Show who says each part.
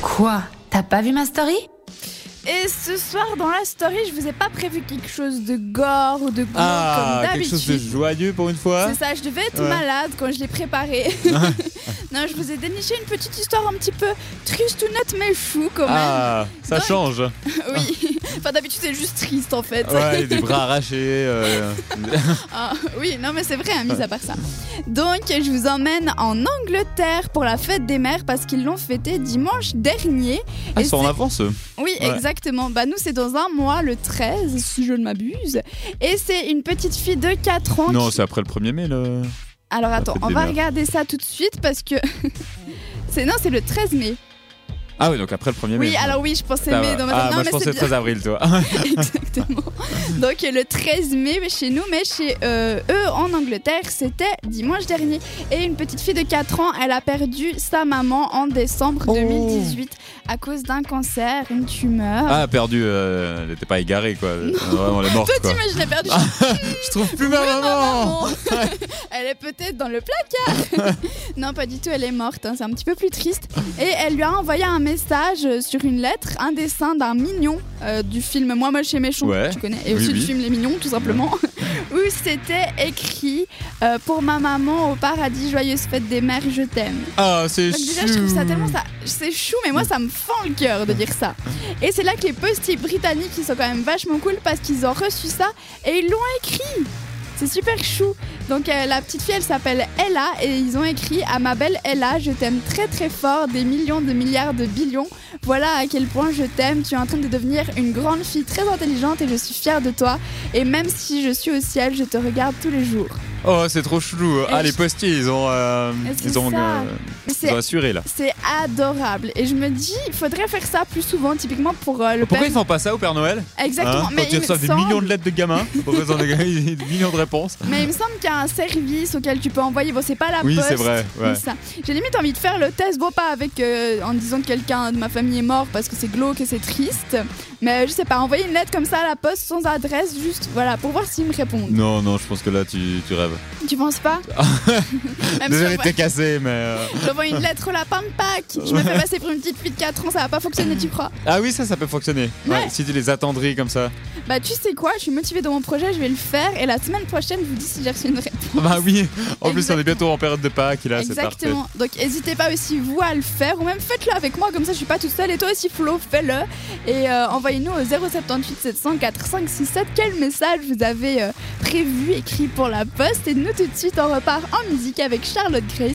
Speaker 1: Quoi T'as pas vu ma story
Speaker 2: Et ce soir dans la story, je vous ai pas prévu quelque chose de gore ou de glauque
Speaker 3: Ah,
Speaker 2: comme
Speaker 3: quelque chose de
Speaker 2: d'habitude.
Speaker 3: joyeux pour une fois.
Speaker 2: C'est ça, je devais être
Speaker 3: Ouais.
Speaker 2: malade quand je l'ai préparé. non, je vous ai déniché une petite histoire un petit peu triste ou note mais fou quand même.
Speaker 3: Ah, ça
Speaker 2: Dingue.
Speaker 3: change.
Speaker 2: Oui. enfin d'habitude c'est juste triste en fait.
Speaker 3: Ouais, des bras arrachés. euh,
Speaker 2: Ah, oui, non mais c'est vrai, hein, mis à part ça. Donc je vous emmène en Angleterre pour la fête des mères parce qu'ils l'ont fêtée dimanche dernier.
Speaker 3: Ah,
Speaker 2: Et
Speaker 3: ça en
Speaker 2: c'est-
Speaker 3: avance. eux.
Speaker 2: Oui,
Speaker 3: Ouais.
Speaker 2: exactement. Bah nous c'est dans un mois, le 13, si je ne m'abuse. Et c'est une petite fille de 4 ans.
Speaker 3: Non,
Speaker 2: qui-
Speaker 3: c'est après le 1er mai, le.
Speaker 2: Alors attends,
Speaker 3: fête
Speaker 2: on
Speaker 3: des
Speaker 2: va
Speaker 3: mères.
Speaker 2: regarder ça tout de suite parce que... c'est Non, c'est le 13 mai.
Speaker 3: Ah, oui, donc après le 1er mai.
Speaker 2: Oui, alors oui, je pensais
Speaker 3: Ah,
Speaker 2: mai
Speaker 3: bah,
Speaker 2: dans ma
Speaker 3: ah,
Speaker 2: non,
Speaker 3: bah,
Speaker 2: mais
Speaker 3: je
Speaker 2: c'est
Speaker 3: pensais
Speaker 2: bien.
Speaker 3: 13 avril, toi. Ah,
Speaker 2: Exactement. Donc le 13 mai mais chez nous, mais chez euh, eux en Angleterre, c'était dimanche dernier. Et une petite fille de 4 ans, elle a perdu sa maman en décembre
Speaker 3: Oh.
Speaker 2: 2018 à cause d'un cancer, une tumeur.
Speaker 3: Ah, perdu, euh, elle n'était pas égarée, quoi. Euh, Vraiment, elle est morte,
Speaker 2: Toi,
Speaker 3: quoi.
Speaker 2: t'imagines, elle a perdu
Speaker 3: Je trouve plus ma
Speaker 2: sa
Speaker 3: maman
Speaker 2: maman. elle est peut-être dans le placard. non, pas du tout, elle est morte. hein, C'est un petit peu plus triste. Et elle lui a envoyé un message euh, sur une lettre, un dessin d'un mignon euh, du film Moi moche et méchant,
Speaker 3: Ouais.
Speaker 2: tu connais, et
Speaker 3: Oui,
Speaker 2: aussi le
Speaker 3: oui.
Speaker 2: film Les Mignons, tout simplement, où c'était écrit euh, Pour ma maman au paradis, joyeuse fête des mères, je t'aime.
Speaker 3: Ah, c'est
Speaker 2: Donc
Speaker 3: chou.
Speaker 2: Bah, déjà, je trouve ça tellement ça, c'est chou, mais moi ça me fend le cœur de dire ça. Et c'est là que les post-it britanniques ils sont quand même vachement cool parce qu'ils ont reçu ça et ils l'ont écrit. C'est super chou. Donc euh, la petite fille elle s'appelle Ella et ils ont écrit à ma belle Ella, je t'aime très très fort, des millions de milliards de billions. Voilà à quel point je t'aime, tu es en train de devenir une grande fille très intelligente et je suis fière de toi. Et même si je suis au ciel, je te regarde tous les jours.
Speaker 3: Oh, c'est trop chelou. Ah,
Speaker 2: Et
Speaker 3: les
Speaker 2: je-
Speaker 3: postiers, ils ont. euh,
Speaker 2: Et c'est
Speaker 3: ils, ont
Speaker 2: ça.
Speaker 3: euh,
Speaker 2: Mais
Speaker 3: ils
Speaker 2: c'est
Speaker 3: ont assuré, là.
Speaker 2: C'est adorable. Et je me dis, il faudrait faire ça plus souvent, typiquement pour euh, le
Speaker 3: Pourquoi
Speaker 2: père.
Speaker 3: ils font pas ça au Père Noël
Speaker 2: Exactement.
Speaker 3: Hein,
Speaker 2: mais,
Speaker 3: Quand
Speaker 2: il
Speaker 3: ils
Speaker 2: me
Speaker 3: reçoivent des
Speaker 2: semble-
Speaker 3: millions de lettres de gamins, pour raison des gamins, ils- des millions de réponses.
Speaker 2: mais il me semble qu'il y a un service auquel tu peux envoyer. Bon, c'est pas la
Speaker 3: Oui,
Speaker 2: poste.
Speaker 3: c'est vrai,
Speaker 2: mais
Speaker 3: ouais.
Speaker 2: ça. J'ai limite envie de faire le test, bon pas avec euh, en disant que quelqu'un de ma famille est mort parce que c'est glauque et c'est triste, mais euh, je sais pas envoyer une lettre comme ça à la poste sans adresse, juste voilà pour voir s'ils me répondent.
Speaker 3: Non, non, je pense que là, tu, tu rêves.
Speaker 2: Tu penses pas Même si
Speaker 3: Ah. Désolé,
Speaker 2: j'envoie-
Speaker 3: t'es cassé, mais. euh,
Speaker 2: j'envoie une lettre au lapin de Pâques, je me fais passer pour une petite fille de 4 ans, ça va pas fonctionner, tu crois
Speaker 3: Ah oui, ça, ça peut fonctionner. Ouais,
Speaker 2: Ouais.
Speaker 3: si tu les attendris comme ça.
Speaker 2: Bah tu sais quoi, je suis motivée dans mon projet, je vais le faire et la semaine prochaine je vous dis si j'ai reçu une réponse.
Speaker 3: Bah oui, en plus, on
Speaker 2: Exactement.
Speaker 3: est bientôt en période de Pâques, là, Ah, c'est parfait.
Speaker 2: Exactement. Donc n'hésitez pas aussi vous à le faire ou même faites-le avec moi comme ça je suis pas toute seule et toi aussi Flo fais-le et euh, envoyez-nous au 078 704 567 quel message vous avez euh, prévu écrit pour la poste et nous tout de suite on repart en musique avec Charlotte Grace